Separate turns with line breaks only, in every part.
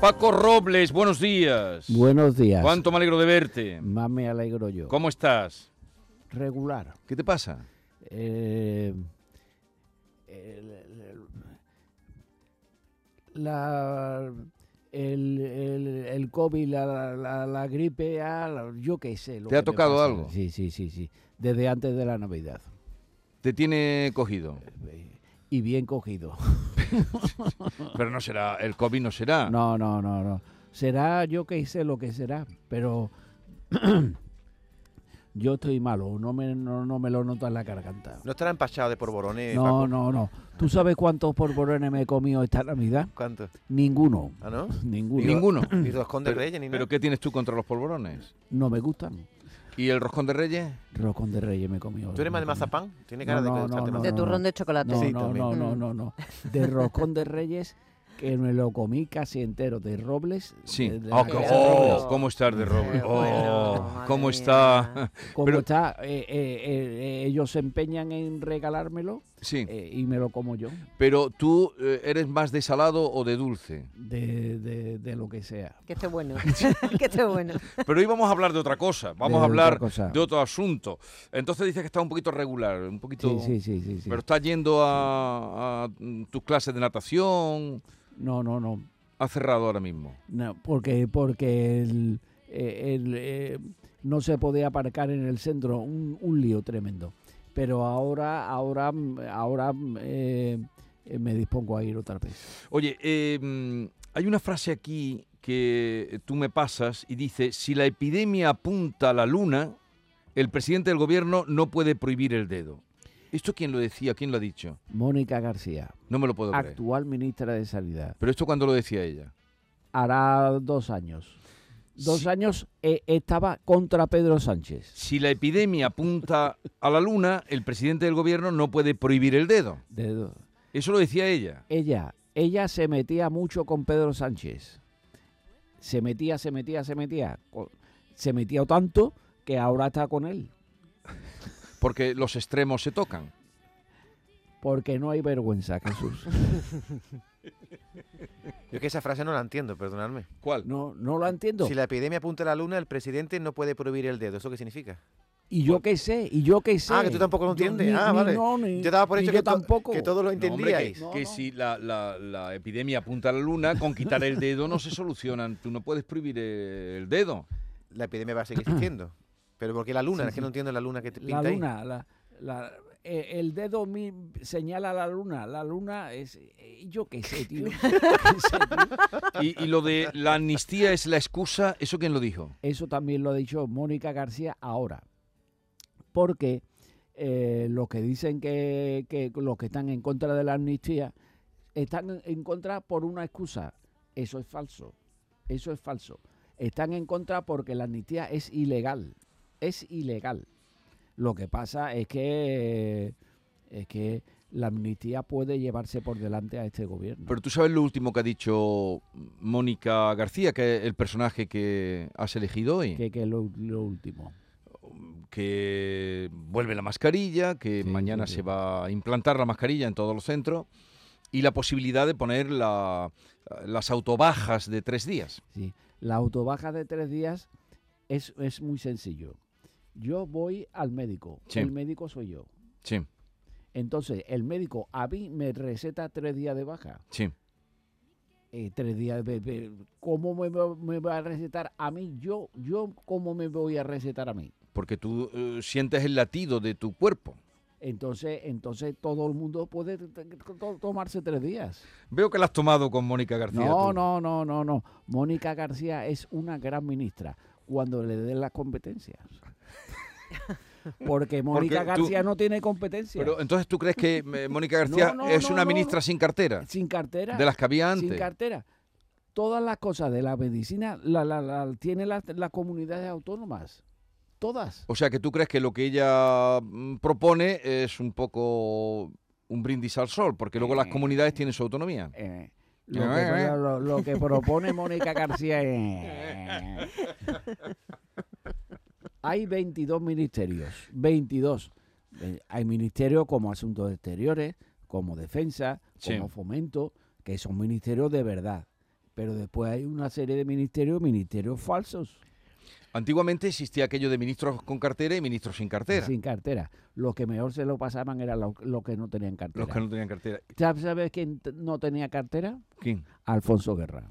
Paco Robles, buenos días.
Buenos días.
Cuánto me alegro de verte.
Más me alegro yo.
¿Cómo estás?
Regular.
¿Qué te pasa?
Eh, el, el- la, el, el- el COVID, la, la- la gripe A, la- yo qué sé. lo
¿Te ha
que me
tocado
pasa.
algo?
Sí, sí, sí, sí. Desde antes de la Navidad.
Te tiene cogido.
Y bien cogido.
Pero no será, el COVID no será.
No, no, no, no. Será yo que hice lo que será, pero yo estoy malo, no me, no, no me lo noto en la garganta.
No estará empachado de
Eh,
porborones,
No,
Paco?
no, no. ¿Tú sabes cuántos polvorones me he comido esta Navidad?
¿Cuánto?
Ninguno,
¿Ah, no?
ninguno.
Ninguno.
Mm.
¿Y los condes reyes ni
¿Pero
nada?
qué tienes tú contra los polvorones?
No me gustan.
¿Y el roscón de reyes?
Roscón de Reyes me he comido.
¿Tú eres más de mazapán? Tiene cara
No,
de
no,
que echarte
no,
mazapán.
De
no.
turrón de chocolate.
No,
Sí,
no,
también.
no, no, no, no. De Roscón de Reyes que me lo comí casi entero de Robles.
Sí.
de- de la
Oh, qué-
casa
oh,
Robles.
¿Cómo estás de Robles?
Eh, bueno,
Oh,
madre
¿Cómo
mía.
está?
Como
Pero-
está, eh, eh, eh, ellos se empeñan en regalármelo
Sí.
eh, y me lo como yo,
Pero tú eh, eres más de salado o de dulce.
de, de- de lo que sea.
Que esté bueno. que esté bueno.
Pero hoy vamos a hablar de otra cosa. Vamos
De
a
otra
hablar
cosa.
de otro asunto. Entonces dices que está un poquito regular, un poquito.
Sí, sí, sí, sí. sí.
Pero estás yendo a, a, mm, tus clases de natación.
No, no, no,
Ha cerrado ahora mismo.
no, porque, porque el, eh, el, eh, no se podía aparcar en el centro, un, un lío tremendo. Pero ahora, ahora, ahora eh, eh, me dispongo a ir otra vez.
Oye, eh, mm, hay una frase aquí que tú me pasas y dice: si la epidemia apunta a la luna, el presidente del gobierno no puede prohibir el dedo. ¿Esto quién lo decía? ¿Quién lo ha dicho?
Mónica García,
No me lo puedo creer.
actual ministra de Sanidad,
Pero esto cuando lo decía ella.
hará dos años. Dos
Sí.
años eh, estaba contra Pedro Sánchez.
Si la epidemia apunta a la luna, el presidente del gobierno no puede prohibir el dedo.
de-
Eso lo decía ella.
ella, ella se metía mucho con Pedro Sánchez. Se metía, se metía, se metía. Co- Se metía tanto que ahora está con él.
Porque los extremos se tocan.
Porque no hay vergüenza, Jesús.
Yo es que esa frase no la entiendo, perdonadme.
¿Cuál?
No, no lo entiendo.
Si la epidemia apunta a la luna, el presidente no puede prohibir el dedo. ¿Eso qué significa?
Y yo qué sé, y yo qué sé.
Ah, que tú tampoco lo
Yo
entiendes.
ni-
Ah,
ni-
vale.
no, ni-
Yo daba por
ni
hecho
yo
que, to-
tampoco.
que todos lo entendíais.
que,
No,
que
no.
si la, la- la epidemia apunta a la luna, con quitar el dedo no se solucionan. Tú no puedes prohibir eh, el dedo.
La epidemia va a seguir existiendo. Pero porque la luna,
Sí,
es
sí.
que no entiendo la luna que te pinta
La
ahí.
luna, la- la- eh, el dedo mi- señala la luna. La luna es. eh, Yo qué sé, tío. ¿Qué sé, tío?
Y, y lo de la amnistía es la excusa, ¿eso quién lo dijo?
Eso también lo ha dicho Mónica García ahora. Porque eh, los que dicen que, que los que están en contra de la amnistía están en- en contra por una excusa. Eso es falso. Eso es falso. Están en contra porque la amnistía es ilegal. Es ilegal. Lo que pasa es que es que la amnistía puede llevarse por delante a este gobierno.
Pero tú sabes lo último que ha dicho Mónica García, que es el personaje que has elegido hoy.
que que es lo- lo último.
que vuelve la mascarilla, que
Sí,
mañana
sí, sí.
se va a implantar la mascarilla en todos los centros y la posibilidad de poner la- las autobajas de tres días.
Sí. La autobaja de tres días es, es muy sencillo. Yo voy al médico.
Sí.
El médico soy yo.
Sí,
Entonces, el médico a mí me receta tres días de baja.
sí.
Eh, tres días de, de- ¿Cómo me, va- me va a recetar a mí? Yo, yo, ¿cómo me voy a recetar a mí?
Porque tú eh, sientes el latido de tu cuerpo.
Entonces, entonces todo el mundo puede t- t- to- tomarse tres días.
Veo que la has tomado con Mónica García.
No,
tú.
no, no, no, no. Mónica García es una gran ministra cuando le den las competencias. Porque Mónica
Porque tú-
García no tiene competencia.
Pero entonces tú crees que eh, Mónica García
No, no,
es
no,
una
no,
ministra
no.
sin cartera,
sin cartera.
de las que había
Sin
antes.
cartera. Todas las cosas de la medicina la, la, la- tiene las las comunidades autónomas. Todas.
O sea que tú crees que lo que ella mm, propone es un poco un brindis al sol, porque luego las comunidades tienen su autonomía.
Eh, lo,
Eh,
que,
eh.
lo- lo que propone Mónica García es... Hay 22 ministerios, 22. Eh, Hay ministerios como Asuntos Exteriores, como Defensa,
Sí.
como Fomento, que son ministerios de verdad. Pero después hay una serie de ministerios, ministerios falsos,
Antiguamente existía aquello de ministros con cartera y ministros sin cartera.
sin cartera. Los que mejor se lo pasaban eran los, los que no tenían cartera.
Los que no tenían cartera.
¿Sabes sabes quién t- no tenía cartera?
¿Quién?
Alfonso Guerra.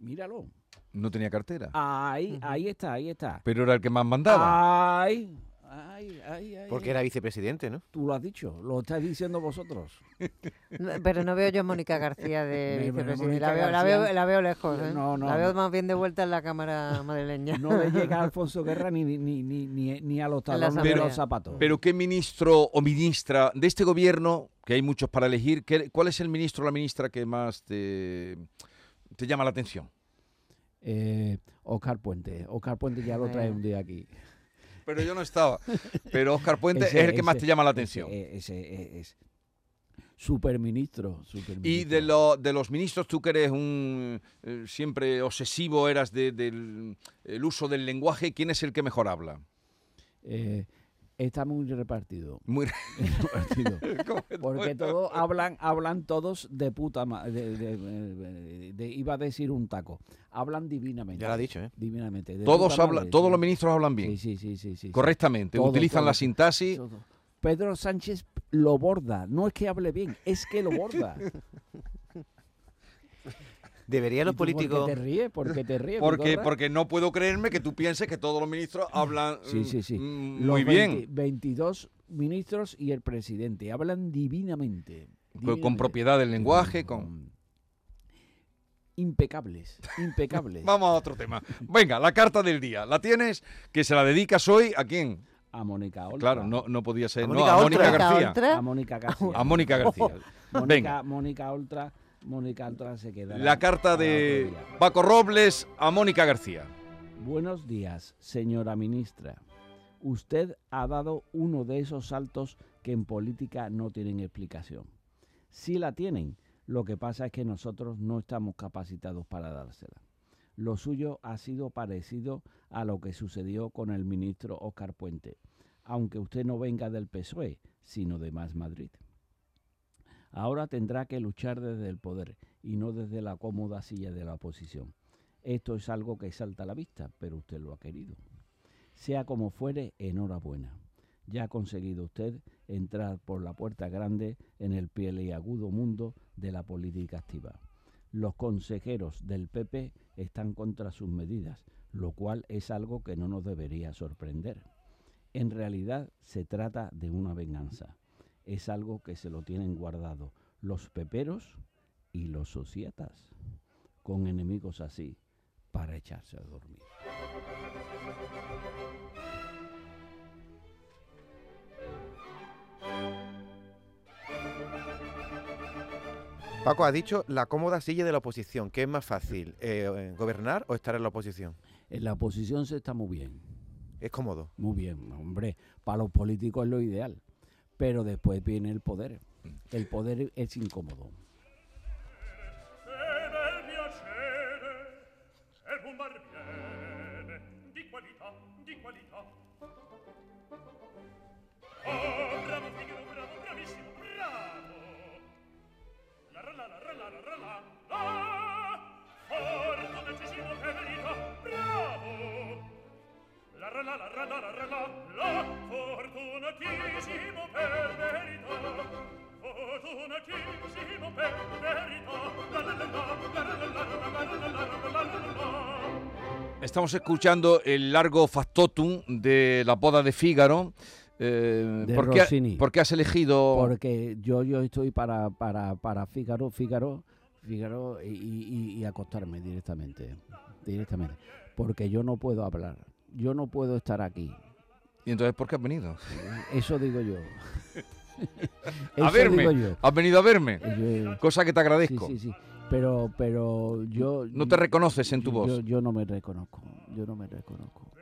Míralo.
No tenía cartera.
Ah. Ahí, ahí está, ahí está.
Pero era el que más mandaba.
Ay, ay, ay, ay.
Porque era vicepresidente, ¿no?
Tú lo has dicho, lo estáis diciendo vosotros.
No, Pero no veo yo a Mónica García de
Me- me-
vicepresidenta.
Mónica
La veo, la,
García-
veo, la veo lejos. ¿eh?
No, no,
la veo
no.
más bien de vuelta en la cámara madrileña.
No le llega a Alfonso Guerra ni, ni, ni, ni, ni- ni a los
A la
talones ni a
asamblea.
los zapatos.
Pero qué ministro o ministra de este gobierno, que hay muchos para elegir, ¿qué- ¿cuál es el ministro o la ministra que más te, te llama la atención?
Eh, Oscar Puente. Oscar Puente ya lo trae un día aquí.
Pero yo no estaba. Pero Oscar Puente
Ese-
es el que más te
ese-
llama la atención.
Ese, eh, ese- es superministro. superministro.
Y de, lo- de los ministros, tú que eres un eh, siempre obsesivo, eras de- del el uso del lenguaje, ¿quién es el que mejor habla?
Eh, está muy repartido.
Muy
repartido.
¿Cómo es?
Porque todos hablan, hablan todos de puta ma- de, de- de- de- Iba a decir un taco. Hablan divinamente.
Ya lo ha dicho, ¿eh?
Divinamente. de
todos
puta
hablan,
madre,
todos
sí.
los ministros hablan bien,
Sí, sí, sí, sí, sí, sí.
correctamente,
Todos,
utilizan la
todos.
sintaxis.
Todo. Pedro Sánchez lo borda. No es que hable bien, es que lo borda.
Deberían los
¿Y tú por qué
políticos...
te ríes? porque te ríes?
Porque,
Bigorra?
porque no puedo creerme que tú pienses que todos los ministros hablan
Mm. Sí, sí, sí.
mm,
Los
muy
20
bien,
22 ministros y el presidente hablan divinamente.
con, con
divinamente. Mm.
propiedad del lenguaje, con...
Impecables, impecables.
Vamos a otro tema. Venga, la carta del día. ¿La tienes? Que se la dedicas hoy a quién?
a Mónica Oltra.
Claro, no, no podía ser.
A
no,
Mónica
a Mónica
Oltra.
Mónica
García.
Oltra,
A Mónica García.
A Mónica García.
Mónica-
Venga.
Mónica Oltra. Mónica Oltra se queda.
La carta de Paco Robles a Mónica García.
Buenos días, señora ministra. Usted ha dado uno de esos saltos que en política no tienen explicación. Sí la tienen, lo que pasa es que nosotros no estamos capacitados para dársela. Lo suyo ha sido parecido a lo que sucedió con el ministro Óscar Puente, aunque usted no venga del PSOE, E, sino de Más Madrid. Ahora tendrá que luchar desde el poder y no desde la cómoda silla de la oposición. Esto es algo que salta a la vista, pero usted lo ha querido. Sea como fuere, enhorabuena. Ya ha conseguido usted entrar por la puerta grande en el agudo mundo de la política activa. Los consejeros del PP están contra sus medidas, lo cual es algo que no nos debería sorprender. En realidad se trata de una venganza. Es algo que se lo tienen guardado los peperos y los societas con enemigos así para echarse a dormir.
Paco ha dicho la cómoda silla de la oposición. ¿Qué es más fácil, eh, gobernar o estar en la oposición?
En la oposición se está muy bien,
Es cómodo.
muy bien, hombre. Para los políticos es lo ideal, pero después viene el poder. El poder es incómodo.
e del piacere e un barbiere di qualità, di qualità. Oh, bravo Figaro, bravo, bravissimo, bravo! La ra la la ra la la ra la la! Forte, decisivo, che verità, bravo! La ra la la ra la la ra la la! Fortunatissimo per verità! Fortunatissimo per verità! La la la la la la la la la la la la la la la!
Estamos escuchando el largo factotum de la boda de Fígaro. Eh,
De
¿por, qué,
Rossini.
por qué has elegido?
Porque yo, yo estoy para, para, para Fígaro, Fígaro, Fígaro y, y- y acostarme directamente. Directamente. Porque yo no puedo hablar. Yo no puedo estar aquí.
¿Y entonces por qué has venido?
Eso digo yo.
a
Eso
verme.
digo yo.
Has venido a verme.
Yo-
Cosa que te
Eh, Sí,
agradezco.
sí, sí. Pero, pero yo...
No te reconoces en tu
yo-
voz.
Yo, yo no me reconozco. Yo no me reconozco.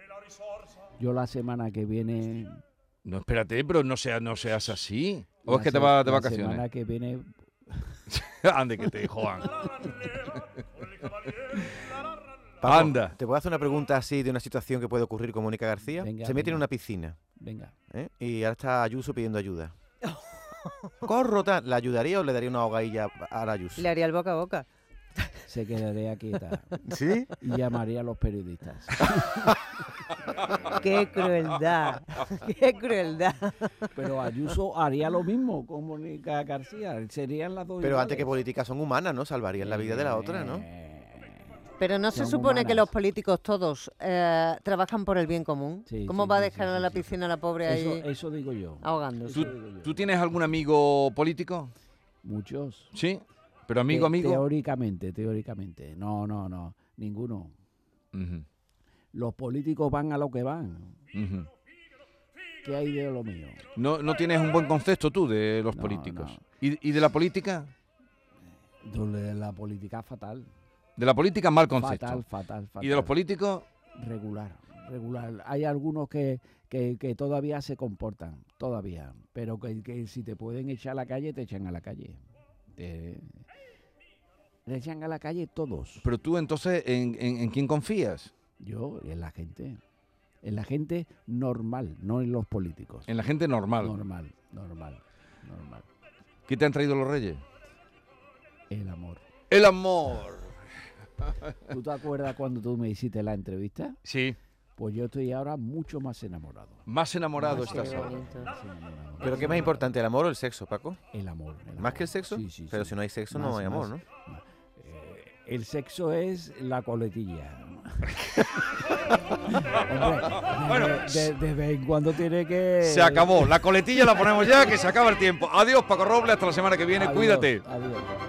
Yo la semana que viene...
No, espérate, pero no, sea, no seas así. ¿O
la
es que te
se-
vas de
la
vacaciones?
semana que viene...
Ande que te jodan.
Paco,
Anda.
¿Te puedo hacer una pregunta así de una situación que puede ocurrir con Mónica García?
Venga,
Se mete
venga.
en una piscina
Venga.
¿eh? y ahora está Ayuso pidiendo ayuda. Corro, tal. ¿La ayudaría o le daría una ahogadilla a la Ayuso?
Le haría el boca a boca.
se quedaría quieta
¿Sí?
y llamaría a los periodistas.
¡Qué crueldad! ¡Qué crueldad!
Pero Ayuso haría lo mismo con Mónica García. Serían las dos.
Pero antes que
iguales.
políticas son humanas, ¿no? Salvarían la vida de la otra, ¿no?
Eh,
Pero no se
Son
supone que
humanas.
los políticos todos eh, trabajan por el bien común.
Sí,
¿Cómo
sí,
va a
sí,
dejar
sí,
a
sí,
la
sí.
piscina la pobre ahí
Eso, eso digo yo.
Ah,
ahogándose?
Eso digo yo.
¿Tú tienes algún amigo político?
Muchos.
Sí. Pero amigo,
Te-
amigo.
Teóricamente, teóricamente. No, no, no. Ninguno.
Ujú,
Los políticos van a lo que van.
ujú.
¿Qué hay de lo mío?
No, no tienes un buen concepto tú de los
No,
políticos.
no.
¿Y, y de la política?
Donde la política fatal.
De la política mal concepto.
Fatal, fatal, fatal.
¿Y de los políticos?
regular, regular. Hay algunos que, que, que todavía se comportan, todavía, pero que, que si te pueden echar a la calle, te echan a la calle. Te, te echan a la calle todos.
Pero tú entonces, ¿en, en- en quién confías?
Yo, en la gente. En la gente normal, no en los políticos.
En la gente normal.
Normal, normal, normal.
¿Qué te han traído los reyes?
El amor.
El amor.
¿Tú te acuerdas cuando tú me hiciste la entrevista?
Sí.
Pues yo estoy ahora mucho más enamorado.
Más enamorado
Ah,
estás
qué
ahora.
bonito.
Más enamorado.
¿Pero qué es más importante, el amor o el sexo, Paco?
El amor. el
¿Más que
amor.
el sexo?
Sí, sí,
Pero
sí.
si no hay sexo, no
Más,
hay amor,
más.
¿no?
Eh, el sexo es la coletilla. Hombre,
Bueno,
de, de- de vez en cuando tiene que.
Se acabó. La coletilla la ponemos ya, que se acaba el tiempo. Adiós, Paco Robles. Hasta la semana que viene.
Adiós,
Cuídate.
Adiós.